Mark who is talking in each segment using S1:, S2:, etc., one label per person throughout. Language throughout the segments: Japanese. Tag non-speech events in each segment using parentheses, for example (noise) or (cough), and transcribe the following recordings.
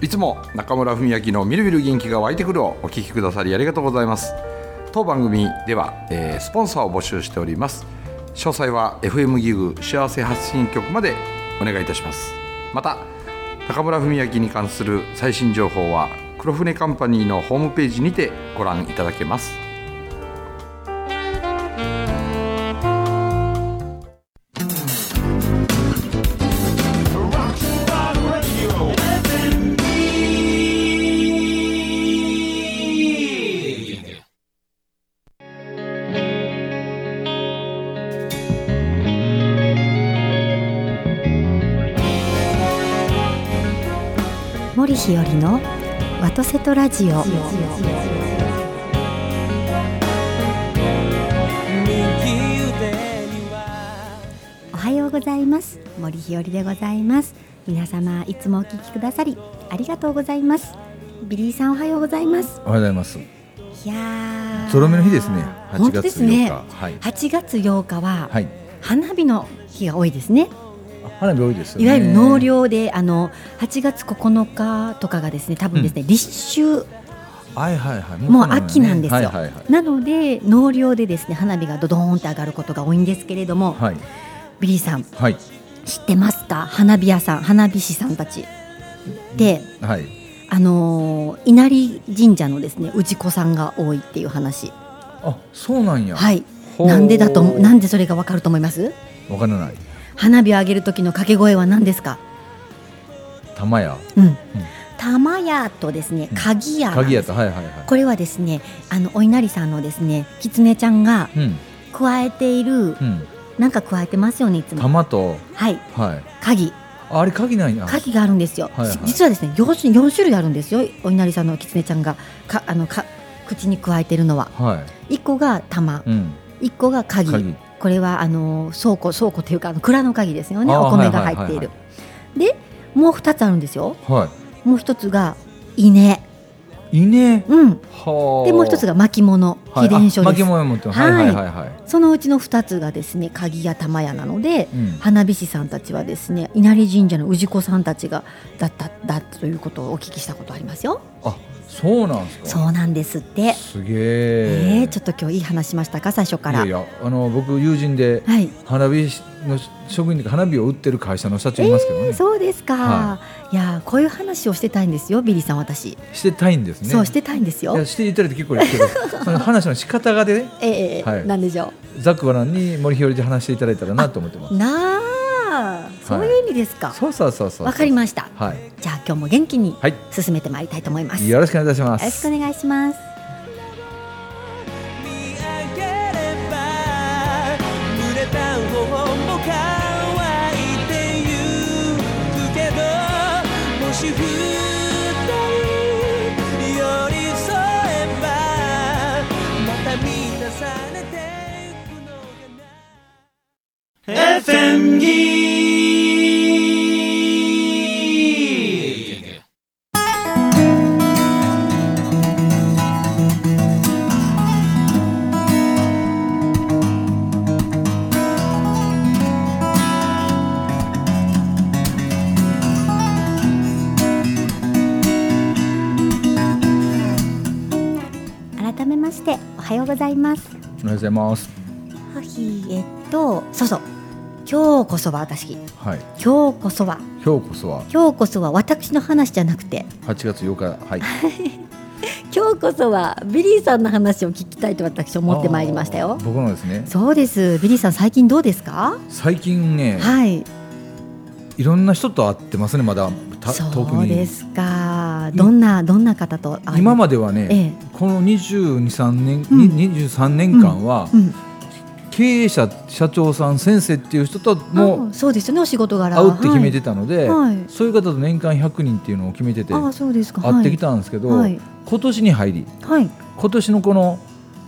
S1: いつも中村文明のみるみる元気が湧いてくるをお聞きくださりありがとうございます当番組では、えースポンサーを募集しております詳細は FM ギグ幸せ発信局までお願いいたしますまた中村文明に関する最新情報は黒船カンパニーのホームページにてご覧いただけます
S2: 森ひよりのワトセトラジオおはようございます森ひよりでございます皆様いつもお聞きくださりありがとうございますビリーさんおはようございます
S3: おはようございます。
S2: いやー
S3: ゾロ目の日ですね。8
S2: 本当
S3: 月
S2: です
S3: 8日。
S2: ね
S3: はい。
S2: 8月8日は
S3: はい。
S2: 花火の日が多いですね
S3: 花火多いですよね。
S2: いわゆる納。涼であの8月9日とかがですね多分ですね、立秋
S3: はいはいはい。
S2: もう秋なんですよ、
S3: はいはいはい。
S2: なので納涼でですね花火がドドーンって上がることが多いんですけれども、
S3: はい。
S2: ビリーさん
S3: はい。
S2: 知ってますか花火屋さん花火師さんたちで、
S3: はい。
S2: あのー稲荷神社のですね氏子さんが多いっていう話
S3: あ、そうなんや。。
S2: はいいなんでだと思うなんでそれがわかると思います
S3: わからない。
S2: 花火を上げる時の掛け声は何ですか
S3: 玉や。
S2: うん玉屋とですね鍵屋
S3: 鍵やと。はいはいはい。
S2: これはですねあのお稲荷さんのですね狐ちゃんが
S3: うん。
S2: 加えている
S3: うん。
S2: なんか加えてますよねいつも
S3: 玉と。
S2: はい
S3: はい。
S2: 鍵
S3: ああれ鍵なんや。
S2: 鍵があるんですよ、
S3: はいはい
S2: 実はですね4種四種類あるんですよお稲荷さんの狐ちゃんがかあのか口に加えてるのは
S3: は
S2: 1個が玉
S3: い。うん。
S2: 1個が鍵
S3: 鍵。
S2: これはあの倉庫倉庫というかあの蔵の鍵ですよね
S3: あー
S2: お米が入ってい
S3: はいはい
S2: るでもう2つあるんですよ
S3: は
S2: もう1つが稲
S3: い。稲。
S2: うん
S3: はあ。
S2: でもう1つ
S3: が。
S2: が巻物秘伝書で
S3: 巻
S2: す、
S3: 物持ってます。は
S2: は
S3: いはいいはいはい。
S2: そのうちの2つがですね鍵や玉やなので
S3: うん。
S2: 花火師さんたちはですね稲荷神社の氏子さんたちがだっただということをお聞きしたことありますよ。
S3: あ、そうなんですか。
S2: そうなんですって。
S3: すげ
S2: え
S3: え。
S2: ーちょっと今日いい話しましたか最初か
S3: い
S2: ら。
S3: やいや、あの僕友人で。
S2: はい。
S3: 花火の職員で花火を売ってる会社の社長いますけどね、
S2: そうですか。、
S3: はい
S2: やーこういう話をしてたいんですよビリーさん私。
S3: してたいんですね
S2: そうしてたいんです
S3: い
S2: よ
S3: や。していただいて結構ですけど (laughs) その話の仕方がでね
S2: ええー
S3: はい
S2: なんでしょ
S3: ざっくばらんに森ひよりで話していただいたらなと思ってま
S2: う。
S3: す
S2: なあそういう意味ですか。
S3: そうそうそうそう
S2: わかりました。
S3: すはい、
S2: じゃあ今日も元気に
S3: はい、
S2: 進めてまいりたいと思います。よ
S3: よろしくお願いいたしま
S2: ろし
S3: す
S2: くお願いします。
S4: 見上げれば濡れた頬も乾いてゆくけどもし二人寄り添えばまた満たされてゆくのかな FM ギー
S2: 改めましておはようございます。
S3: おはようございます
S2: はひえっとそうそう今日こそは私
S3: はい
S2: 今日こそは
S3: 今日こそは
S2: 今日こそは私の話じゃなくて
S3: 8月8日はい
S2: 今日こそはビリーさんの話を聞きたいと私思ってまいりました
S3: あ
S2: よ
S3: ー僕のですね
S2: そうですビリーさん最近どうですか
S3: 最近ね、
S2: はい
S3: い、ろんな人と会ってますねまだた遠く
S2: そうで
S3: に
S2: すかどんなどんな方とあ
S3: 今まではね、
S2: ええ
S3: この2223年、
S2: うん
S3: に23年間は、
S2: うん
S3: 経営者社長さん先生っていう人と
S2: も
S3: も
S2: うそうですよねお仕事柄
S3: 会うって決めてたの
S2: は
S3: で、
S2: いはい
S3: そういう方と年間100人っていうのを決めてて
S2: はいあ
S3: 会
S2: あそうですか
S3: ってきたんですけど、
S2: はい
S3: 今年に入り
S2: はい、はい、
S3: 今年のこの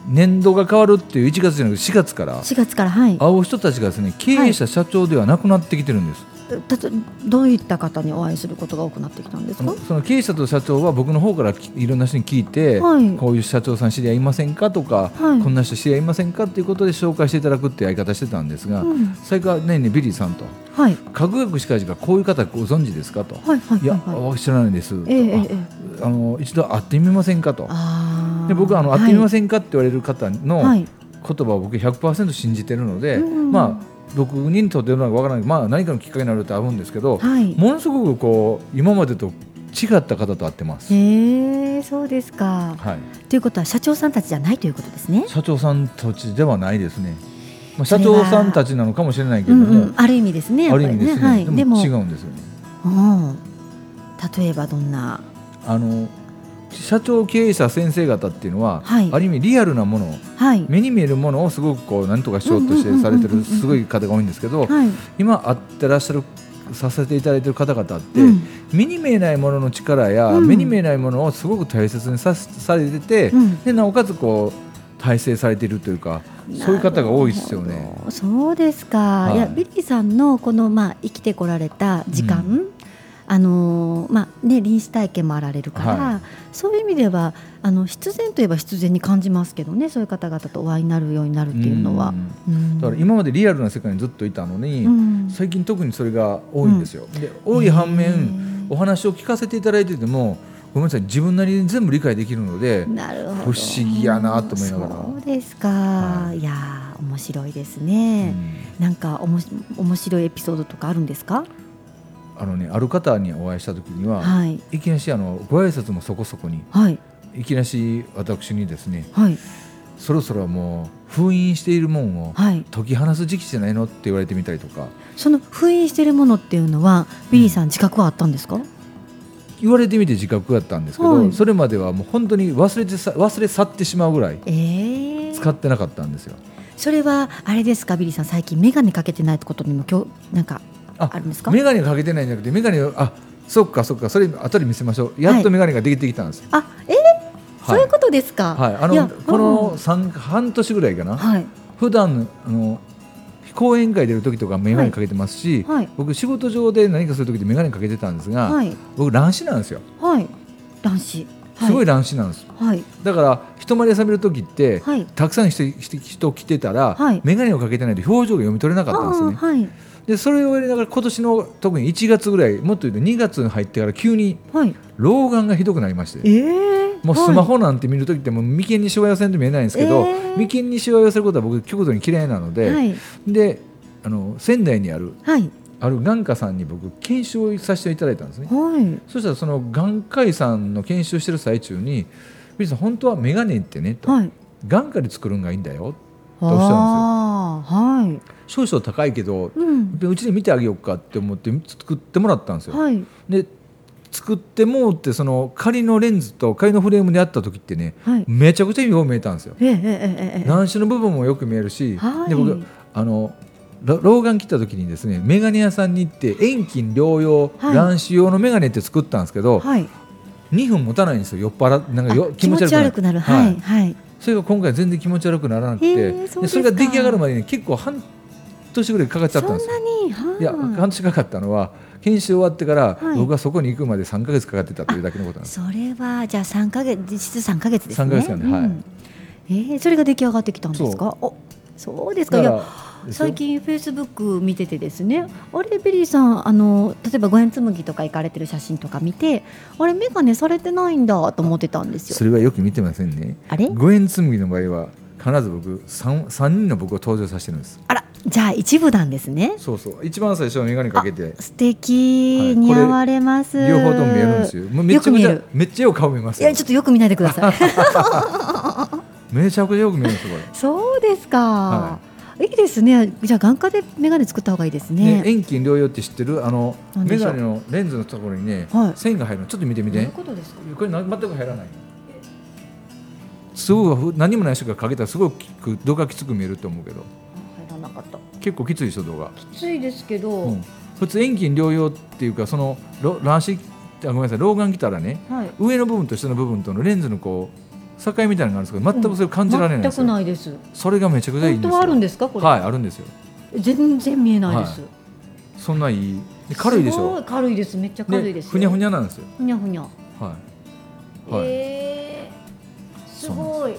S3: 年度が変わるっていう1月じゃなくて4月から
S2: 4月からはい
S3: 会う人たちがですね経営者社長ではなくなってきてるんです、
S2: たとどういった方にお会いすることが多くなってきたんです
S3: そ
S2: か
S3: の。その経営者と社長は僕の方からきいろんな人に聞いて、
S2: はい
S3: こういう社長さん知り合いませんかとか、
S2: はい
S3: こんな人知り合いませんかということで紹介していただくっていう相方してたんですが、
S2: うん
S3: それからねえねえビリーさんと
S2: はい。
S3: 科学学歯科医師がこういう方ご存知ですかと、
S2: はいはい
S3: いや、
S2: はいはい。
S3: 知らないです、と
S2: ええええええ
S3: ああの一度会ってみませんかと
S2: ああ。
S3: で僕はあの会ってみま
S2: せ
S3: せんかって言われる方の
S2: は
S3: 言
S2: い。
S3: 葉を僕100%信じてるので、
S2: うん
S3: まあ僕にとってるのかわからない、まあ、何かのきっかけになると合うんですけど、
S2: はい。
S3: ものすごくこう今までと違った方と会ってます、
S2: へえ、そうですか。
S3: はい、
S2: ということは社長さんたちじゃないということですね。
S3: 社長さんたちではないですね、まあ、
S2: そ
S3: 社
S2: れは
S3: 長さんたちなのかもしれないけ
S2: うん
S3: ども、
S2: うん。ある意味ですね。や
S3: あ
S2: っぱ
S3: る意
S2: り
S3: 味ですね
S2: はい。
S3: で
S2: で
S3: も
S2: も
S3: 違、うんですよね
S2: うん。例えばどんな。
S3: あの社長経営者先生方っていうのは、
S2: はい
S3: ある意味リアルなものを
S2: はい。
S3: 目に見えるものをすごくこう何とかしようとし
S2: うんう
S3: て
S2: んうん
S3: さ
S2: うんうん
S3: れてるすごい方が多いんですけど、
S2: はい。
S3: 今会ってらっしゃるさせていただいてる方々って、
S2: うん
S3: 目に見えないものの力や、
S2: うん
S3: 目に見えないものをすごく大切にさされてて、
S2: うん
S3: でなおかつこう体制されているというかそういう方が多いですよ
S2: なる
S3: ね。
S2: ほど。そうですか。、
S3: はいい
S2: やビリーさんのこのまあ生きてこられた時間、
S3: う
S2: あのーまあね臨死体験もあられるから、
S3: は
S2: そういう意味ではあの必然といえば必然に感じますけどね、そういう方々とお会いになるようになるっていうのは。うん
S3: うんだから今までリアルな世界にずっといたのに、
S2: うん
S3: 最近特にそれが多いんですよ。で多い反面、
S2: うん
S3: お話を聞かせていただいててもごめんなさい自分なりに全部理解できるので、
S2: なるほど。
S3: 不思議やなと思いながら
S2: そうですか。、
S3: はい
S2: やー面白いです
S3: う
S2: ね。
S3: ん
S2: なんかおもし面白いエピソードとかあるんですか。
S3: あのねある方にお会いした時には、
S2: はい
S3: いきなしあのご挨拶もそこそこに
S2: はい
S3: いきなし私にですね
S2: はい
S3: そろそろもう封印しているもんを
S2: はい。
S3: 解き放す時期じゃないのって言われてみたりとか
S2: その封印してるものっていうのはビリーさん自覚はあったんですか、
S3: 言われてみて自覚だったんですけど、
S2: はい
S3: それまではもう本当に忘れてさ忘れ去ってしまうぐらい
S2: ええ
S3: 使ってなかったんですよ。
S2: それはあれですかビリーさん最近眼鏡かけてないってことにも今日なんか
S3: あ
S2: あるんですか
S3: 眼鏡をかけてないんじゃなくて眼鏡をあそっかそっかそれ後で見せましょうやっと眼鏡ができてきたんです。
S2: あえー
S3: は
S2: そ
S3: い
S2: ういうことですか
S3: はい、あ
S2: いや
S3: のこの三半年ぐらいか
S2: うん
S3: な
S2: はい
S3: 普段あの講演会出る時とか眼鏡かけてますし、
S2: はい
S3: 僕仕事上で何かする時で眼鏡かけてたんですが、
S2: はい
S3: 僕乱視なんですよ
S2: はい男子はい
S3: すごい乱視なんです、
S2: はい
S3: だから人前で喋る時って、
S2: はい
S3: たくさん人人人来てたら、
S2: はい
S3: 眼鏡をかけてないと表情が読み取れなかったんですよね、
S2: あーはい
S3: でそれをやりながら今年の特に1月ぐらいもっと言うと2月に入ってから急に
S2: はい
S3: 老眼がひどくなりまして
S2: ええ
S3: もうスマホなんて見る時ってもう眉間にしわ寄せんと見えないんですけど、
S2: えー
S3: 眉間にしわ寄せることは僕極度に嫌いなので、
S2: はいはい
S3: であの仙台にある
S2: はい
S3: ある眼科さんに僕研修をさせていただいたんですね
S2: はい
S3: そしたらその眼科医さんの研修してる最中に「ビリーさん本当は眼鏡ってね」と、
S2: はい
S3: 眼科で作るんがいいんだよどうしたんですよ
S2: ああはい
S3: 少々高いけど
S2: うん
S3: うちで見てあげようかって思って作ってもらったんですよ、
S2: はい
S3: で作ってもうってその仮のレンズと仮のフレームであった時ってね
S2: はい
S3: めちゃくちゃよう見えたんですよ
S2: えええええええ
S3: 乱視の部分もよく見えるし、
S2: はい
S3: で僕あのろ老眼切った時にですね眼鏡屋さんに行って遠近療養、
S2: はい
S3: 乱視用の眼鏡って作ったんですけど、
S2: はい
S3: 2分持たないんですよ酔っ払っなんかよ
S2: あ気持ち悪くなる
S3: は
S2: はいいはい
S3: それが今回全然気持ち悪くならなくて、
S2: へーそう
S3: で
S2: ですか
S3: それが出来上がるまでに結構半年ぐらいかかっちゃったんですよ。
S2: にはい
S3: や半年かかったのは研修終わってから、
S2: はい
S3: 僕がそこに行くまで3か月かかってたというだけのことなんです。
S2: それはじゃあ三ヶ月実質三ヶ月ですね。
S3: 三ヶ月間ではい
S2: んえーそれが出来上がってきたんですか。おそうですか。いや
S3: ですよ
S2: 最近フェイスブック見ててですね。あれベリーさんあの例えば五円紬とか行かれてる写真とか見て、あれメガネされてないんだと思ってたんです
S3: そ
S2: よ。
S3: れはよく見てませんね。
S2: あれ
S3: 五円紬の場合は必ず僕 3, 三人の僕を登場させてるんです。
S2: あらじゃあ一部なんですね。
S3: そうそう一番最初は眼鏡かけて
S2: 素敵、
S3: はいこれ
S2: 似合われます。
S3: 両方とも見えるんですよ。もうめっちゃ
S2: よく見
S3: めち
S2: え
S3: ゃ
S2: る。
S3: めっちゃよく顔見えます
S2: い
S3: よ
S2: やちょっとよく見ないでください。
S3: めちゃくちゃよく見えるんですよこ
S2: そうですか。、
S3: はい
S2: いですね。じゃあ眼科でメガネ作った方がいいです
S3: れ。
S2: ね。
S3: ね遠近療養って知ってるあの
S2: なんで
S3: 眼
S2: しょう
S3: 鏡のレンズのところにね、
S2: はい
S3: 線が入るのちょっと見てみ
S2: どうい
S3: て
S2: う。ことですか。
S3: これな全く入らないすごく何もない人がかけたらすごくきく動画きつく見えると思うけど
S2: 入らなかった。
S3: 結構きついでしょ動画、
S2: きついですけど。
S3: うん普通遠近療養っていうかそのろ乱視あごめんなさい老眼来たらね
S2: はい。
S3: 上の部分と下の部分とのレンズのこう境みたいなのがあるんですけど全くそれを感じられないんですよ、
S2: 全くないです。
S3: それがめちゃくちゃいいん
S2: 本当
S3: ですよ
S2: はあるんですかこれ。
S3: はいあるんですよ
S2: 全然見えないです。
S3: そんないいで軽いでし
S2: すごい
S3: ょ
S2: 軽いです。めっちゃ軽いですよ。
S3: ふにゃふにゃなんですよ
S2: ふにゃふにゃ。
S3: ははい
S2: えー、すごい。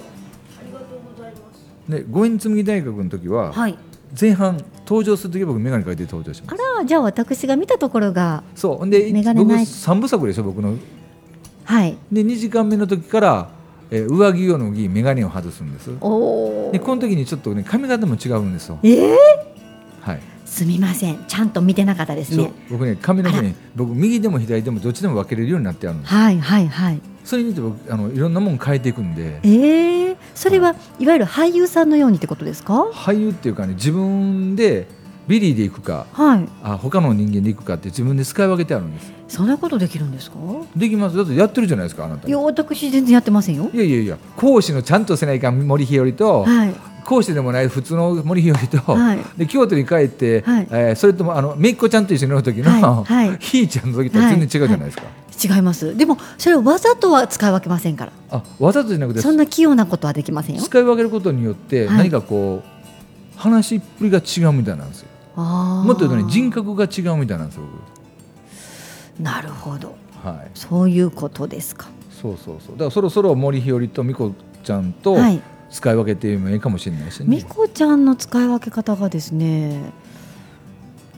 S3: いで五円紬大学の時は、
S2: はい。
S3: 前半登場する時僕眼鏡かけて登場しま
S2: あ
S3: す
S2: ら、じゃあ私が見たところが、
S3: そうほんで
S2: 眼鏡
S3: 僕
S2: ない
S3: 三部作でしょ僕の
S2: はい。
S3: で2時間目の時から、えー上着を脱ぎ眼鏡を外すんです
S2: おお。
S3: でこの時にちょっとね髪型も違うんですよ
S2: えー、
S3: はい
S2: すみません。ちゃんと見てなかったです
S3: そう
S2: ね。
S3: 僕ね髪の毛に僕右でも左でもどっちでも分けれるようになってあるんです
S2: はいはいはい。
S3: それによって僕あのいろんなもん変えていくんで
S2: ええー、それはいわゆる俳優さんのようにってことですか？
S3: 俳優っていうかね自分でビリーで行くか
S2: はい。
S3: あ他の人間で行くかって自分で使い分けてあるんです
S2: そんなことできるんですか？
S3: できますだってやってるじゃないですかあなた
S2: い
S3: い
S2: や、私全然やってませんよ。
S3: やいやいや講師のちゃんとせないかん森日和と
S2: はい
S3: 講師でもない普通の森日和と、
S2: はい
S3: で京都に帰って、
S2: はい
S3: えーそれともあのめいっ子ちゃんと一緒に乗る時の、
S2: はいはい
S3: ひーちゃんの時とは全然違うじゃないですか、
S2: 違います。でもそれをわざとは使い分けませんから。
S3: あわざとじゃなくて
S2: そんな器用なことはできませんよ。
S3: 使い分けることによって
S2: はい
S3: 何かこう、話しっぷりが違うみたいなんですよ
S2: あー
S3: もっと言うとね人格が違うみたいなんですよ
S2: なるほど。
S3: 僕はい
S2: そういうことですか。
S3: そうそうそうだからそろそろ森日和と美子ちゃんと
S2: はい。
S3: 使い分けてもいいかもしれないしね、
S2: みこちゃんの使い分け方がですね。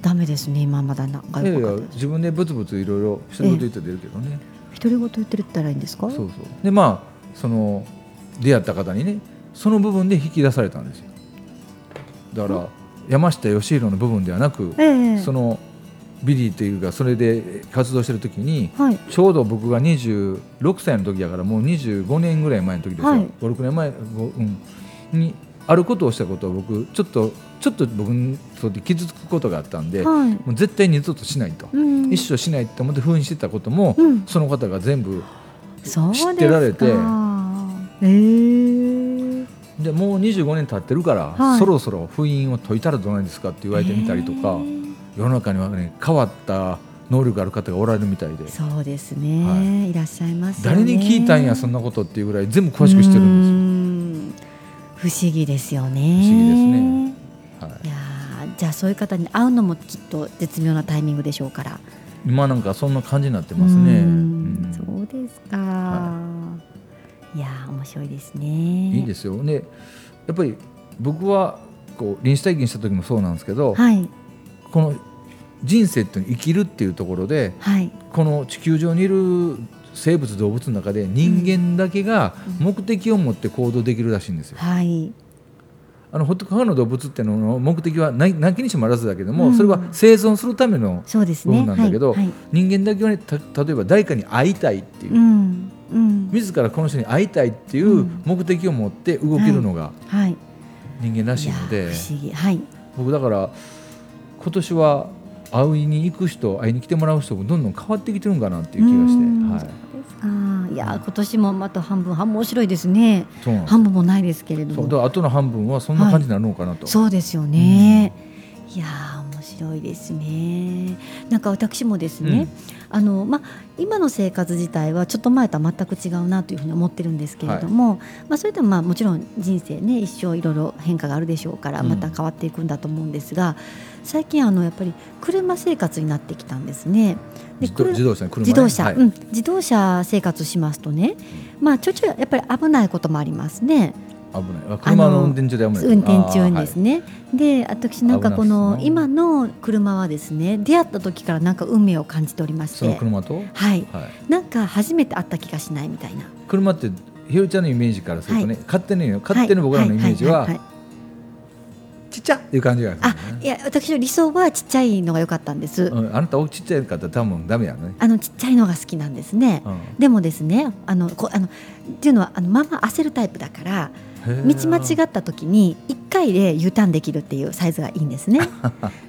S2: ダメですね。今まだ仲
S3: いや
S2: 良
S3: いや
S2: かったです。
S3: 自分でブツブツいろいろ一人ごと言って出るけどね、
S2: 独り言言ってるって言ったらいいんですか？
S3: そうそうでまあその出会った方にねその部分で引き出されたんですよだから山下義弘の部分ではなく、
S2: ええ
S3: そのビリーというかそれで活動してる時に
S2: はい。
S3: ちょうど僕が26歳の時やからもう25年ぐらい前の時ですよ、
S2: はい
S3: 56年前、ごうん、にあることをしたことを僕ちょっとちょっと僕にとって傷つくことがあったんで、も
S2: は
S3: う絶対二度としないと、
S2: い。うん。
S3: 一生しないと思って封印してたことも、
S2: うん
S3: その方が全部
S2: そうですか
S3: 知ってられて
S2: えー、
S3: でもう25年経ってるから、
S2: はい
S3: そろそろ封印を解いたらどうないですかって言われてみたりとか、
S2: えー
S3: 世の中には、ね、変わった能力がある方がおられるみたいで
S2: そうですね、、
S3: はい
S2: らっしゃいますよね
S3: 誰に聞いたんやそんなことっていうぐらい全部詳しくしてるん
S2: ん
S3: で
S2: です不思議ですよね
S3: 不思議ですねすよ、はい
S2: いやーじゃあそういう方に会うのもきっと絶妙なタイミングでしょうから
S3: 今なんかそんな感じになってますね、
S2: う
S3: うんん
S2: そうですか、、
S3: はい
S2: やー面白いですね
S3: いいですすよでやっぱり僕はこう臨死体験した時もそうなんですけど、
S2: はい
S3: この人生っていうの生きるっていうところで
S2: はい
S3: この地球上にいる生物動物の中で人間だけが目的を持って行動できるらしいんですよ。
S2: はい
S3: あの他の動物っていうのの目的は何何気にしもあらずだけども、
S2: うん
S3: それは生存するための
S2: そうですね
S3: そうなんだけど
S2: はいはい
S3: 人間だけは、ね、た例えば誰かに会いたいっていう、
S2: うんうん
S3: 自らこの人に会いたいっていうん目的を持って動けるのが
S2: はい
S3: 人間らしいので、
S2: やー不思議はい
S3: 僕だから今年は会いに行く人会いに来てもらう人がどんどん変わってきてるんかなっていう気が
S2: うん
S3: して、はい、
S2: ああいやー今年もまた半分半面白いですね
S3: そうなんです
S2: 半分もないですけれど
S3: そう
S2: も
S3: だから後の半分はそんな感じになるのかなと、
S2: そうですよね。いやー面白いですね。なんか私もですね、あのまあ今の生活自体はちょっと前とは全く違うなというふうに思ってるんですけれども、まあそれでもまあもちろん人生ね一生いろいろ変化があるでしょうから
S3: うん
S2: また変わっていくんだと思うんですが、最近あのやっぱり車生活になってきたんですね。で
S3: 自動
S2: 車
S3: 自動車ね車ね
S2: 自動車、
S3: はい
S2: うん、自動車生活しますとね、まあちょいちょいやっぱり危ないこともありますね。
S3: 危ないあ車の運転中で危ない
S2: 運転中にです
S3: ね
S2: ね、で私なんかこ
S3: 危な
S2: の
S3: いっすね
S2: 今の車はですね出会った時からなんか運命を感じておりまし
S3: その
S2: て
S3: 車と、
S2: はい
S3: はい、
S2: なんか初めて会った気がしないみたいな
S3: 車ってひよりちゃんのイメージからするとね、勝手に勝手に僕らのイメージは、
S2: いいいい
S3: ちっちゃっていう感じがす
S2: あ
S3: る、
S2: い
S3: ね
S2: や私の理想はちっちゃいのが良かったんです、
S3: うん、あなたおちっちゃい方多分ダメやね、
S2: あのちっちゃいのが好きなんですね
S3: うん、
S2: でもですねあのこあのっていうのはあのまま焦るタイプだから
S3: へ
S2: 道
S3: ー
S2: 間違った時に1回で U ターンできるっていうサイズがいいんです
S3: (laughs)
S2: ね。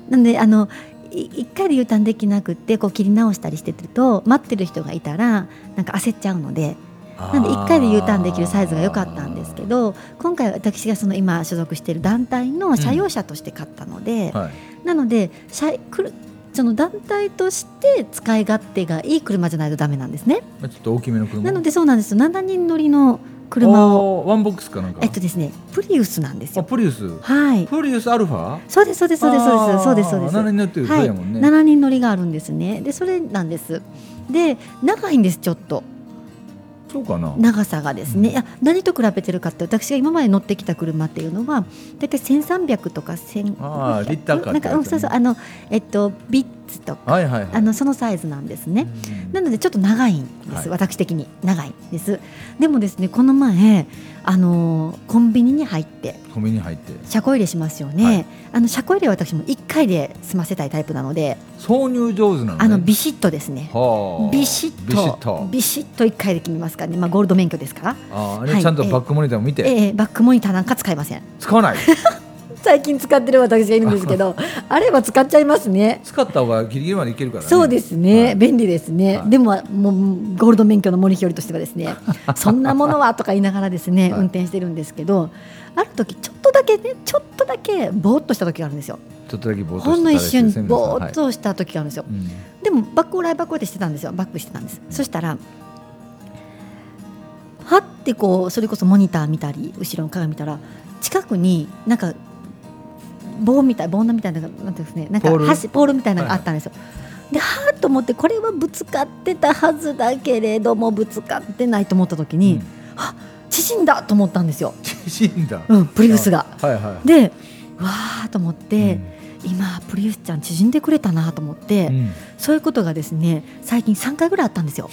S2: なんであの1回で U ターンできなくってこう切り直したりしてると待ってる人がいたらなんか焦っちゃうのでなんで1回で U ターンできるサイズが良かったんですけど今回私がその今所属している団体の社用車として買ったので、
S3: はい、
S2: なので社くるその団体として使い勝手がいい車じゃないとダメなんですね。
S3: まあちょっと大きめの車
S2: なのでそうなんです7人乗りの車を
S3: あーワンボックスかなんか
S2: えっとですねプリウスなんです
S3: あ
S2: よ
S3: プリウス
S2: はい
S3: プリウスアルファ
S2: そうですそうですそうです
S3: あー
S2: そうですそうですそうです
S3: 七人乗ってる
S2: は
S3: 車
S2: い
S3: やもんね、
S2: 7人乗りがあるんですねでそれなんですで長いんですちょっと
S3: そうかな
S2: 長さがですね、
S3: うん
S2: いや何と比べてるかって私が今まで乗ってきた車っていうのは大体1300とか1000
S3: あーリッターカ
S2: な
S3: ーっ
S2: ん
S3: て
S2: か
S3: やつね
S2: うんそうそうあのえっとビッツとか
S3: はいはいはい
S2: あのそのサイズなんですね、
S3: うん
S2: なのでちょっと長いんです、
S3: はい
S2: 私的に長いんですでもですねこの前あのーコンビニに入って
S3: コンビニ入って
S2: 車庫入れしますよね、
S3: はい
S2: あの車庫入れは私も1回で済ませたいタイプなので、
S3: 挿入上手なの、ね、
S2: あのビシッとですね
S3: はあ
S2: ビシッと
S3: ビシッと
S2: ビシッと1回で決めますからね、まあ、ゴールド免許ですから、
S3: あーあ
S2: は
S3: れ
S2: い
S3: ちゃんとバックモニターを見て、
S2: ええバックモニターなんか使いません
S3: 使わない
S2: 最近使ってる私がいるんですけどあれば使っちゃいますね
S3: 使った方がギリギリまでいけるからね
S2: そうですね、
S3: はい
S2: 便利ですね、
S3: はい
S2: でももうゴールド免許の森ひよりとしてはです
S3: (laughs)
S2: ねそんなものはとか言いながらですね、
S3: はい
S2: 運転してるんですけどある時ちょっとだけねちょっとだけぼーっとした時があるんですよ
S3: ちょっとだけぼーっと
S2: ほんの一瞬
S3: してたらしいですね皆さん
S2: ぼ
S3: は
S2: ー
S3: い
S2: っとした時があるんですよ、
S3: うん
S2: でもバックをライバックをってしてたんですよバックしてたんですそしたらはってこうそれこそモニター見たり後ろの鏡見たら近くになんか棒みたい棒なみたいなのがなんていうんですかねなんか
S3: ポール
S2: 箸ポールみたいなのがあったんですよ、ではーっと思ってこれはぶつかってたはずだけれどもぶつかってないと思った時に、
S3: うん
S2: はっ縮んだと思ったんですよ、
S3: 縮んだ、
S2: うん、プリウスが。
S3: はいはい
S2: でうわーと思って、
S3: うん
S2: 今プリウスちゃん縮んでくれたなと思って、
S3: うん
S2: そういうことがですね最近3回ぐらいあったんですよ。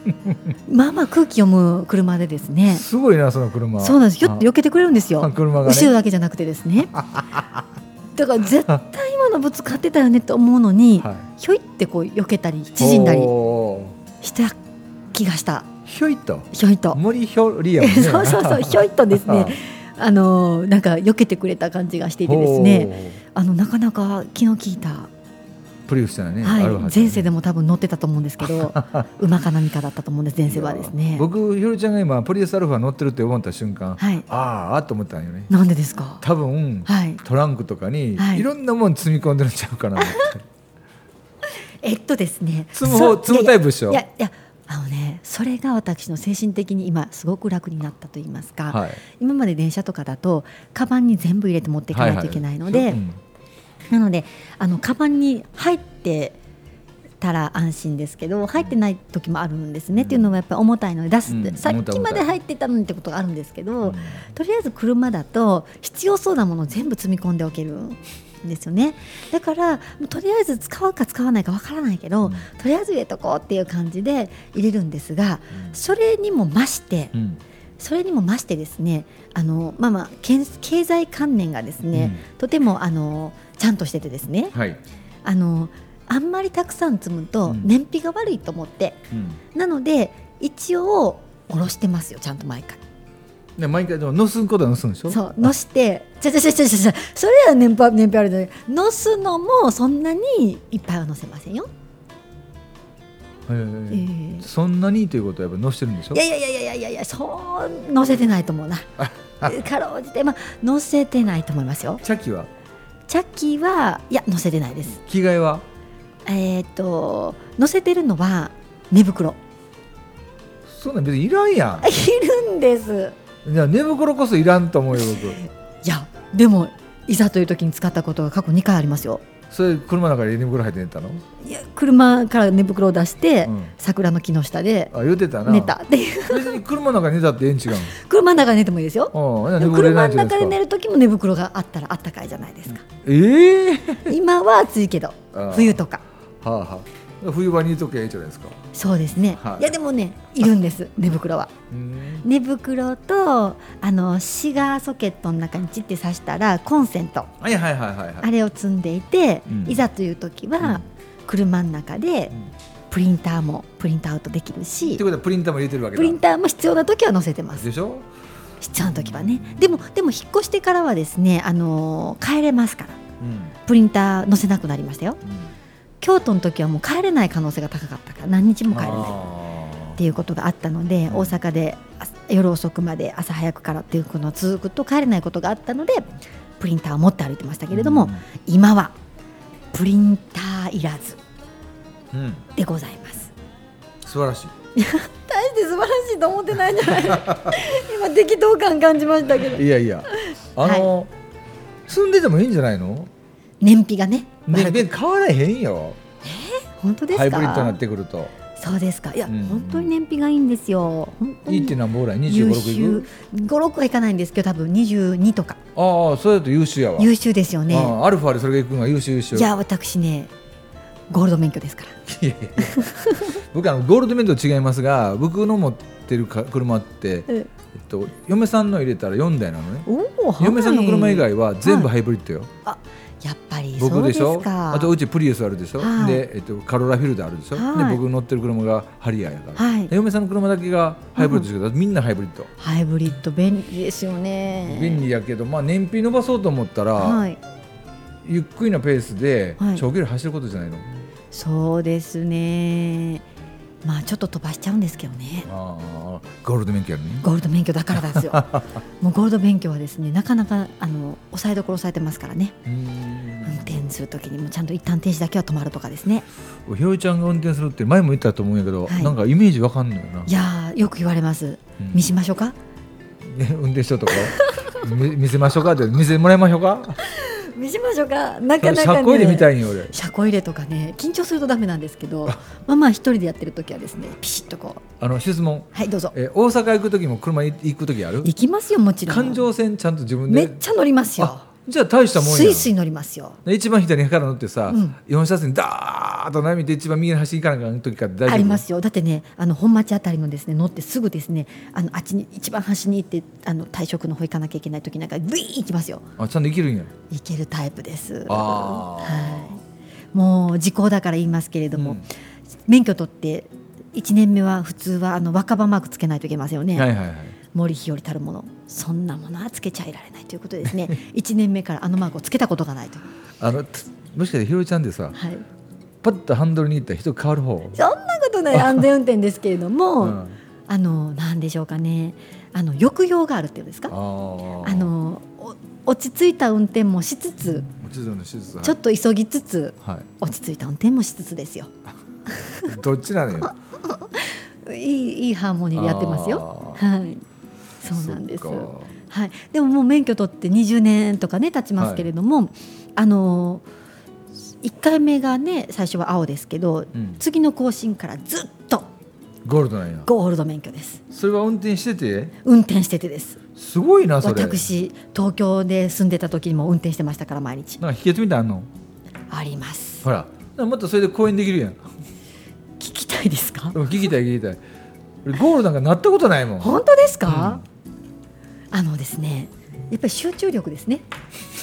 S2: (laughs) まあまあ空気読む車でですね
S3: すごいなその車
S2: そうなんですひょっと避けてくれるんです
S3: あ
S2: よ、
S3: 車がね
S2: 後ろだけじゃなくてです
S3: (laughs)
S2: ね。だから絶対今のぶつかってたよねと思うのに、
S3: はい
S2: ひょいってこう避けたり縮んだり
S3: おー
S2: した気がした
S3: ひょいっと
S2: ひょいと。
S3: 森ひょりやもん
S2: (laughs)
S3: ね
S2: そうそうそうひょいとです
S3: (laughs)
S2: ねあのーなんか避けてくれた感じがしていてですね
S3: ね
S2: あのなかなか気の利いた
S3: プリウスじゃないね、アルフ
S2: は
S3: ァ
S2: い、前世で
S3: も
S2: も多分乗ってたと思うんですけど
S3: (laughs)
S2: 馬か何かだったと思うんです前世はですね
S3: 僕ひろりちゃんが今プリウスアルファ乗ってるって思った瞬間、
S2: はい
S3: あーあと思ったんよね
S2: なんでですか
S3: 多分、
S2: はい
S3: トランクとかに、
S2: はい
S3: い、ろんなもん積み込んでるんちゃうかなって
S2: (laughs) えっとですね
S3: 積む方
S2: そう
S3: 積むタイプでしょ
S2: いやいやいやあのねそれが私の精神的に今すごく楽になったと言いますか、
S3: はい
S2: 今まで電車とかだとカバンに全部入れて持っていかないといけないので、
S3: ははうん
S2: なのであのカバンに入ってたら安心ですけど入ってない時もあるんですね、
S3: う
S2: っ
S3: ん
S2: ていうのはやっぱり重たいので出す、
S3: うん
S2: さっ
S3: 重たい
S2: きま
S3: 重
S2: で
S3: たい
S2: 入ってたのにってことがあるんですけど、
S3: うん
S2: とりあえず車だと必要そうなものを全部積み込んでおけるんですよねだからもうとりあえず使うか使わないかわからないけど、
S3: うん
S2: とりあえず入れとこうっていう感じで入れるんですがそれにも増して
S3: うん
S2: それにも増してですねあのまあまあけん経済観念がですね、とてもあのちゃんとしててですね
S3: はい、
S2: あのあんまりたくさん積むと
S3: うん
S2: 燃費が悪いと思って、
S3: うん
S2: なので一応下ろしてますよちゃんと毎回。
S3: で毎回でも乗すんことは乗すんでしょ
S2: そうのしてちゃちゃちゃちゃちゃちゃそれは年配年配あるじゃないのすのもそんなにいっぱいはのせませんよ
S3: え
S2: ええ
S3: そんなにということはやっぱ乗してるんでしょ
S2: いやいやいやいやいやいやそうのせてないと思う
S3: (laughs)
S2: なかろうじてまあのせてないと思いますよ
S3: チャキは
S2: チャッキーはいやのせてないです
S3: 着替えは
S2: えっ、とのせてるのは寝袋 (laughs)
S3: そんなん別にいらんや
S2: いるんです
S3: んいや寝袋こそいらんと思うよ
S2: いやでもいざという時に使ったことが過去2回ありますよ
S3: 僕それ車の中で寝袋入って寝たの、
S2: いや車から寝袋を出して、
S3: うん
S2: 桜の木の下で
S3: あ言うてたな
S2: 寝たっていう
S3: 別に車の中で寝たってええん違うん
S2: 車の中で寝てもいいですよ。 (laughs)
S3: ああ
S2: で
S3: 寝
S2: も
S3: 袋い
S2: 車の
S3: らんじゃない
S2: 中で
S3: で
S2: 寝る時も寝袋があったらあったかいじゃないですか。
S3: すかええ
S2: 今は暑いけど
S3: ああ
S2: 冬とか
S3: はあはあ冬場に言うときゃええじゃないですか
S2: そうですね。
S3: はい
S2: いやでもねいるんです寝袋は。
S3: うん
S2: 寝袋とあのシガーソケットの中にチって刺したらコンセント
S3: はいはいはいはいは
S2: あ
S3: い
S2: れを積んでいて、
S3: うん
S2: いざという時
S3: うん
S2: は車の中で
S3: うん
S2: プリンターもプリントアウトできる
S3: って
S2: し
S3: こ。とはプリンターも入れてるわけ
S2: プ
S3: だ
S2: リンターも必要な時は載せてます
S3: でしょ
S2: 必要な時はねでもでも引っ越してからはですねあの帰れますから
S3: うん
S2: プリンター載せなくなりましたよ
S3: うん
S2: 京都の時はもう帰れない可能性が高かったから何日も帰れない
S3: あ
S2: っていうことがあったので
S3: うん
S2: 大阪であ夜遅くまで朝早くからっていうのが続くと帰れないことがあったのでプリンターを持って歩いてました
S3: ー
S2: けれども、今はプリンターいらず
S3: うんうん
S2: でございます
S3: 素晴らしい
S2: 大大して素晴らしいと思ってないんじゃない (laughs) 今適当感感じましたけど
S3: いやいやあの、住んでてもいいんじゃないの
S2: 燃費がね
S3: ね別に変わらへんよ
S2: 本当ですか
S3: ハイブリッドになってくると
S2: そうですかいや、
S3: うん
S2: 本当に燃費がいいんですよ本当
S3: い
S2: に
S3: いってなんぼぐらい2 5
S2: 優
S3: 六い
S2: 秀
S3: く
S2: 56はいかないんですけど多分22とか
S3: ああそれだと優秀やわ
S2: 優秀ですよね
S3: ああアルファでそれがいくのが優秀優秀
S2: じゃあ私ねゴールド免許ですから
S3: いやいやいや (laughs) 僕あのゴールドメント違いますが僕の持ってるか車って、えっ
S2: え
S3: と、嫁さんの入れたら4台なのね
S2: おお、はい
S3: 嫁さんの車以外は全部ハイブリッドよ、
S2: やっぱりそ
S3: 僕
S2: う
S3: で
S2: です
S3: しょ
S2: か
S3: あとうちプリウスあるでしょ、
S2: はい
S3: で、えっと、カロラフィルダーあるでしょ、
S2: はい
S3: で僕乗ってる車がハリアーやから、
S2: はい
S3: で嫁さんの車だけがハイブリッドですけど、みんなハイブリッド、
S2: ハイブリッド便利ですよね
S3: 便利やけど、まあ、燃費伸ばそうと思ったら、
S2: はい
S3: ゆっくりのペースで
S2: はい
S3: 長距離走ることじゃないの、
S2: そうですねまあちょっと飛ばしちゃうんですけどね
S3: ああゴールド免許やのに
S2: ゴールド免許だから
S3: (laughs)
S2: ですよもうゴールド免許はですねなかなかあの抑えどころ抑えてますからね
S3: うーん
S2: 運転するときにもちゃんと一旦停止だけは止まるとかですね
S3: ひよりちゃんが運転するって前も言ったと思うんやけど、
S2: はい
S3: なんかイメージわかんのよな、
S2: いやーよく言われます
S3: うん
S2: 見しましょうか
S3: ね (laughs) 運転しようとか見見せましょうかって見せてもらいましょうか
S2: 見しましょうかな
S3: そ
S2: か
S3: れ
S2: な
S3: 車
S2: か
S3: 庫入れみた
S2: ね
S3: いに俺
S2: 車庫入れとかね緊張するとダメなんですけどまあまあ一人でやってる時はですねピシッとこう
S3: あの質問
S2: はいどうぞ
S3: え大阪行く時も車行く時ある
S2: 行きますよもちろん
S3: 環状線ちゃんと自分で
S2: めっちゃ乗りますよ
S3: あじゃあ大したもんやん
S2: スイスイ乗りますよ
S3: で一番左から乗ってさ、
S2: うん
S3: 四4車線ダーッと並びで一番右の端行かなきゃいけない時かって大丈夫
S2: ありますよだってねあの本町あたりのですね乗ってすぐですねあのあっちに一番端に行ってあの退職の方行かなきゃいけない時なんかグイーン行きますよ
S3: あちゃんと行けるんや
S2: 行けるタイプです
S3: あ
S2: は
S3: ー
S2: い、もう時効だから言いますけれども、
S3: うん
S2: 免許取って1年目は普通はあの若葉マークつけないといけませんよね、
S3: はいはいはい
S2: 森日和たるものそんなものはつけちゃいられないということ
S3: (laughs)
S2: ですね1年目からあのマークをつけたことがないと、
S3: あのつもしかしてひよりちゃんでさ
S2: はい、
S3: パッとハンドル握ったら人変わる方
S2: そんなことない安全運転ですけれども、
S3: うん
S2: あのなんでしょうかねあの抑揚があるっていうんですかあ
S3: あ
S2: のお落ち着いた運転もしつつ
S3: ちょっとの手術は
S2: ちょっと急ぎつつ
S3: はい
S2: 落ち着いた運転もしつつですよ
S3: どっちなのよ
S2: いいいいハーモニーでやってますよ
S3: あ
S2: はい (laughs) そうなんです
S3: そっか
S2: はい、でももう免許取って20年とかね経ちますけれども、あの1回目がね最初は青ですけど、
S3: ん
S2: 次の更新からずっと
S3: ゴールドなんや
S2: ゴールド免許です
S3: それは運転してて
S2: 運転しててです
S3: すごいなそれ
S2: 私東京で住んでた時にも運転してましたから毎日
S3: なんか秘訣みたいなのあんの
S2: あります
S3: ほらまたそれで講演できるやん
S2: 聞きたいですか
S3: でも聞きたい聞きたい俺ゴールドなんかなったことないもん
S2: 本当ですか、あのですねやっぱり集中力ですね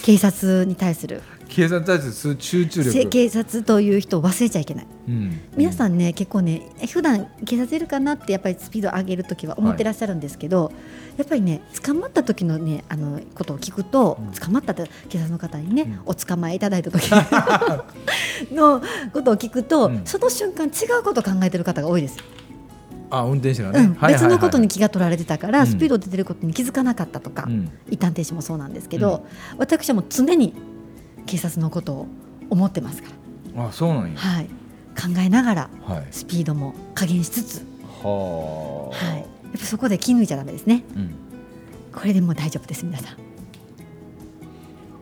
S2: 警察に対する
S3: 計算に対する集中
S2: せ
S3: 力、
S2: 警察という人を忘れちゃいけない
S3: うん、
S2: 皆さ
S3: ん
S2: んね、結構ね普段警察いるかなってやっぱりスピード上げるときは思ってらっしゃるんですけど、やっぱりね捕まった時のねあのことを聞くと、
S3: うん
S2: 捕まったって警察の方にね、
S3: うん
S2: お捕まえいただいた
S3: (laughs)
S2: 時のことを聞くと、
S3: うん
S2: その瞬間違うことを考えてる方が多いです、
S3: あ運転手
S2: う
S3: がね、
S2: ん
S3: はいはいはい
S2: 別のことに気が取られてたから、
S3: うん
S2: スピード出てることに気づかなかったとか、
S3: うん
S2: 一旦停止もそうなんですけど、私はもう常に警察のことを思ってますから、
S3: あそうなんや
S2: はい、考えながら
S3: はいは
S2: スピードも加減しつつ。
S3: あ
S2: はい、やっぱそこで気抜いちゃダメですね。
S3: うん
S2: これでもう大丈夫です皆さん。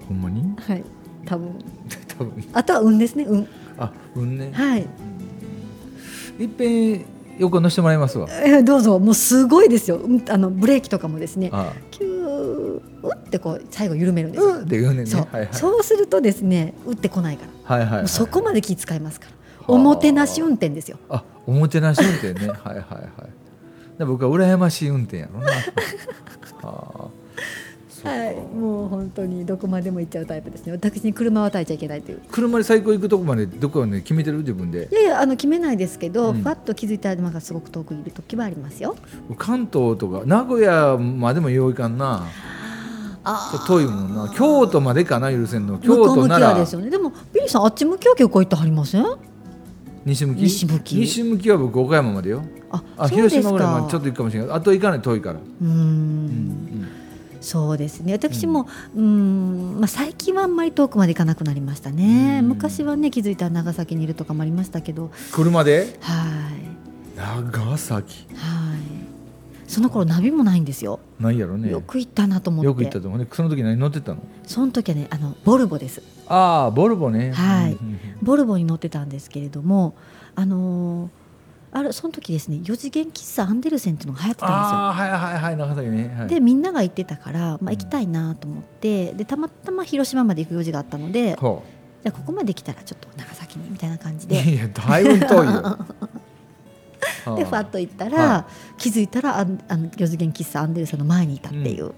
S3: ほんまに
S2: はい。多分。
S3: 多分
S2: あとは運ですね。運。
S3: あ運ね
S2: はい。
S3: いっぺん横乗せてもらいますわ
S2: えーどうぞ。もうすごいですよ。うんあのブレーキとかもですね。
S3: あ
S2: キューうってこう最後緩めるんですよ。
S3: うんって言うねんね
S2: そう、
S3: はいはい
S2: そうするとですね、打ってこないから。
S3: はいはい、は
S2: もう
S3: い、
S2: そこまで気使いますから。
S3: あ
S2: おもてなし運転ですよ。
S3: あおもてなし運転
S2: (laughs)
S3: ねはいはいはいで僕は羨ましい運転や
S2: (laughs)
S3: ろなあー
S2: はい。もう本当にどこまでも行っちゃうタイプですね。私に車を与えちゃいけないという。
S3: 車で最高行くとこまでどこまで決めてる自分で
S2: いやいやあの決めないですけど、
S3: うん
S2: ふわっと気づいたらがすごく遠くいる時はありますよ。
S3: 関東とか名古屋までもよういかんな
S2: あ
S3: ちょっと遠いもんな京都までかな許せんの
S2: 向
S3: 京
S2: こう
S3: 都
S2: 向き
S3: な
S2: は
S3: ら
S2: ですよねでもビリーさんあっち向きは結構行ってはりません
S3: 西向き
S2: 西向き
S3: 西向きは僕岡山までよ
S2: あ
S3: あ
S2: そうで
S3: 広
S2: す
S3: 島ぐらいま
S2: か
S3: でちょっと行くかもしれないあと行かない遠いから、
S2: うー
S3: うんん
S2: そうですね私もうーんまあ、最近はあんまり遠くまで行かなくなりましたね
S3: うん
S2: 昔はね気づいたら長崎にいるとかもありましたけど
S3: 車で
S2: はい
S3: 長崎
S2: はその頃ナビもないんですよ
S3: ないやろね
S2: よく行ったなと思って
S3: よく行ったと思うねその時何乗ってたの
S2: その時はねあのボルボです
S3: ああボルボね
S2: はい
S3: うんうんうん
S2: ボルボに乗ってたんですけれどもあのーあるその時ですね四次元喫茶アンデルセンっていうのが流行ってたんですよ
S3: ああはいはいはい長崎ね、はい、
S2: でみんなが行ってたから、まあ、行きたいなと思ってでたまたま広島まで行く用事があったのでじ
S3: ほ
S2: ゃあここまで来たらちょっと長崎にみたいな感じ
S3: ういや
S2: で
S3: いやだいぶ
S2: (laughs)
S3: 遠いよ
S2: でふわっと行ったら、
S3: は
S2: 気づいたらあんあの四次元喫茶アンデルセンの前にいたっていう、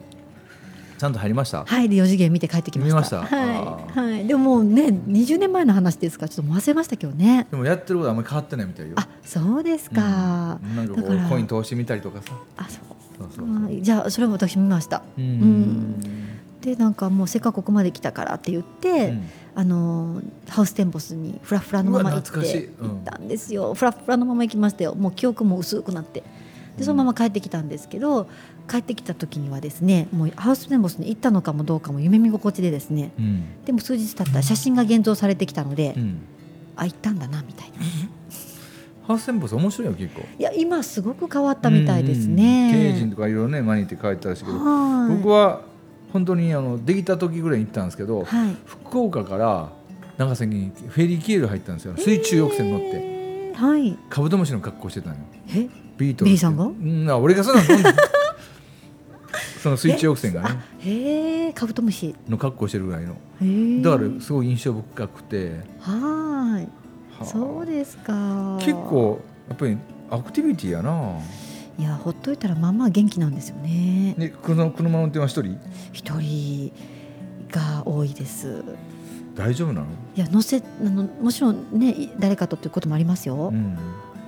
S3: ちゃんと入りました
S2: はいで四次元見て帰ってきました
S3: 見ましたあ
S2: はい、
S3: ー
S2: はい、でももうね20年前の話ですからちょっともう忘れましたけどね
S3: でもやってることはあんまり変わってないみたいよ
S2: あそうですか、
S3: うんなんかこ
S2: だから
S3: うコイン投資見たりとかさ
S2: あそう
S3: そうそうそう
S2: あーじゃあそれも私見ました
S3: うん
S2: でなんかもうせっかくここまで来たからって言って、
S3: うん
S2: あのーハウステンボスにフラフラのまま
S3: う
S2: 行
S3: わ
S2: って
S3: 懐かしいうん
S2: 行ったんですよフラフラのまま行きましたよもう記憶も薄くなってでそのまま帰ってきたんですけど帰ってきた時にはですねもうハウステンボスに行ったのかもどうかも夢見心地でですね
S3: うん
S2: でも数日経ったら写真が現像されてきたので、
S3: うん
S2: あ行ったんだなみたいな
S3: ハウステンボス面白いよ結構
S2: いや今すごく変わったみたいですね。
S3: うんうん経営陣とかいろいろね毎日書いてたんですけど
S2: はい
S3: 僕は本当にあのできた時ぐらいに行ったんですけど
S2: はい
S3: 福岡から長崎にフェリーケール入ったんですよ水中翼船乗って
S2: えーはい
S3: カブトムシの格好してたのよ
S2: え
S3: ビートルズ
S2: ビリーさんが
S3: うんあ俺がそんなのどん
S2: (laughs)
S3: なその水中翼船がね
S2: あへえカブトムシ
S3: の格好してるぐらいの
S2: へー
S3: だからすごい印象深くて
S2: はーい
S3: はあ
S2: そうですか
S3: 結構やっぱりアクティビティやない
S2: やほっといたらまあまあ元気なんですよね
S3: で車車の運転は一人
S2: 一人が多いです
S3: 大丈夫なの、
S2: いや乗せあのもちろんねい誰かとっていうこともありますよ
S3: うん、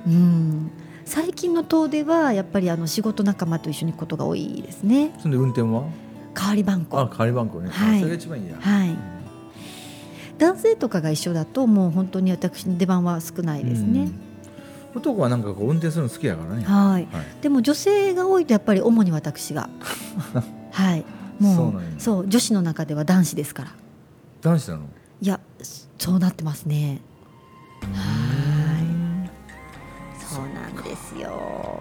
S2: うん、最近の遠出はやっぱりあの仕事仲間と一緒に行くことが多いですね
S3: そんで運転は
S2: 代わり番
S3: あ
S2: 号
S3: 代わり番号ね、
S2: はい
S3: それが一番いいや、
S2: はい男性とかが一緒だともう本当に私の出番は少ないですね、
S3: うん男はなんかこう運転するの好きやからね
S2: はい、
S3: はい
S2: でも女性が多いとやっぱり主に私
S3: (laughs)
S2: がはいもう
S3: そ
S2: そうう
S3: なんや
S2: 女子の中では男子ですから
S3: 男子なの
S2: いやそうなってますねはいそうなんですよ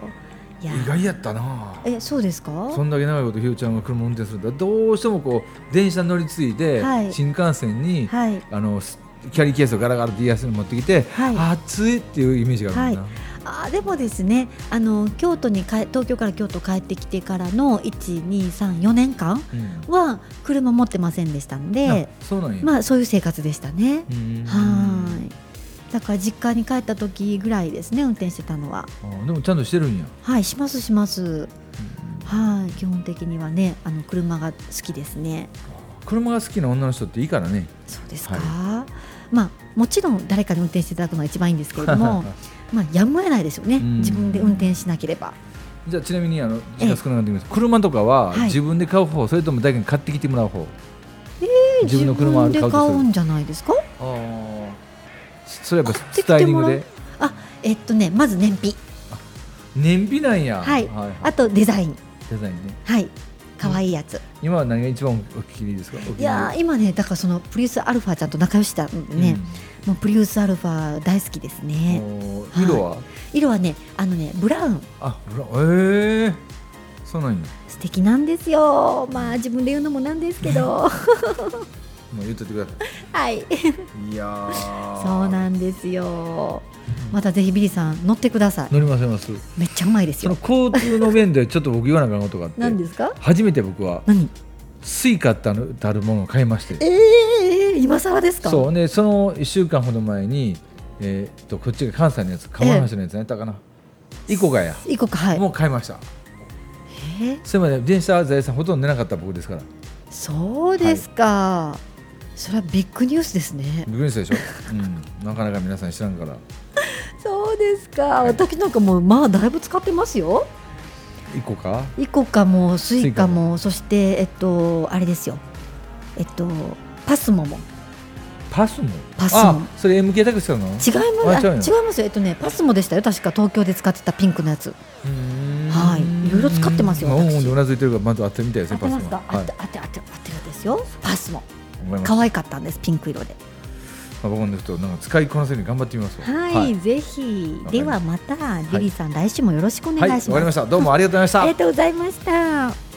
S2: いや
S3: 意外やったな
S2: えそうですか
S3: そんだけ長いことひよちゃんが車運転するんだどうしてもこう電車乗り継いで、
S2: はい
S3: 新幹線に、
S2: はい
S3: あのすキャリーケースをガラガラって安いの持ってきて、
S2: はい
S3: 暑いっていうイメージがあるもんな、
S2: あーでもですねあの京都にかえ東京から京都帰ってきてからの1234年間
S3: うん
S2: は車持ってませんでしたので
S3: あそうなんや、
S2: まあそういう生活でしたね、
S3: うーん
S2: はーい。だから実家に帰った時ぐらいですね運転してたのは
S3: あーでもちゃんとしてるんや、
S2: はいしますしますはい基本的にはねあの車が好きですね
S3: 車が好きな女の人っていいからね
S2: そうですか、まあもちろん誰かに運転していただくのが一番いいんですけれど
S3: (laughs)
S2: もまあやむを得ないですよね
S3: うん
S2: 自分で運転しなければ
S3: じゃあちなみにあの時間少なくなってきます車とかは
S2: はい
S3: 自分で買う方、それとも誰かに買ってきてもらう方自分の車を買
S2: 自
S3: う
S2: 分で
S3: と
S2: 買
S3: す
S2: う
S3: る
S2: んじゃないですか
S3: あーそれやっぱ
S2: 買って
S3: ス
S2: き
S3: タイ
S2: て
S3: リン
S2: も
S3: グ
S2: らう
S3: で
S2: あえっとねまず燃費
S3: 燃費なんや
S2: はい
S3: はい
S2: あとデザイン
S3: デザインね
S2: はい可愛いやつ、
S3: 今は何が一番お気に入りですかお気に入り
S2: いやー今ねだからそのプリウスアルファちゃんと仲良しだんでね、もうプリウスアルファ大好きです
S3: うん
S2: ね。
S3: おー
S2: はい
S3: 色は、
S2: 色はね、あのね、ブラウン、
S3: あブラええー、そうなんや
S2: 素敵なんですよ。まあ、自分で言うのもなんですけ (laughs) ど。
S3: もう言っといてくださ
S2: はい、
S3: いいやー
S2: そうなんですよ。またぜひビリーさん、乗ってください。
S3: 乗りませんます
S2: めっちゃうまいです
S3: その
S2: よ。
S3: 交通の面でちょっと僕言わなあかんことがあって
S2: 何ですか。
S3: 初めて僕は
S2: 何。
S3: スイカってあるたるものを買いまして
S2: ええ今更ですか。
S3: そうねその1週間ほど前に、えーっとこっちが関西のやつ釜橋のやつねやったかなイコガや
S2: 行こうか、はい。
S3: もう買いました
S2: えー
S3: それまで電車財産ほとんど寝なかった僕ですから
S2: そうですか。それはビッグニュースですね。
S3: びっくりしたでしょ、うん、なかなか皆さん知らんから
S2: そうですか。
S3: い
S2: 私なんかもう、まあ、だいぶ使ってますよ。
S3: イコカ
S2: イコカもスイカ
S3: スイカ
S2: もそしてえっとあれですよえっとパスモも
S3: パスモ
S2: パスモ
S3: あそれ MK タクシーなの
S2: 違いま
S3: あ
S2: す
S3: 違
S2: あ
S3: う
S2: 違
S3: の
S2: いますよえっとねパスモでしたよ確か東京で使ってたピンクのやつはいいろいろ使ってますよ
S3: うん
S2: 私
S3: うんうなずいてるからまず当てるみたいです
S2: 当
S3: ね
S2: て
S3: パスモ
S2: ますか、
S3: はい
S2: 当て当て当て当てるですよパスモ
S3: 思います
S2: 可愛かったんですピンク色で
S3: まあ、僕の人なんか使いこなせるように頑張ってみますわ
S2: はい、
S3: はい、
S2: ぜひ
S3: わかりました
S2: ではまたリリーさん、来週もよろしくお願
S3: はい
S2: い
S3: わ
S2: します、
S3: かりましたどうもありがとうございました
S2: ありがとうございました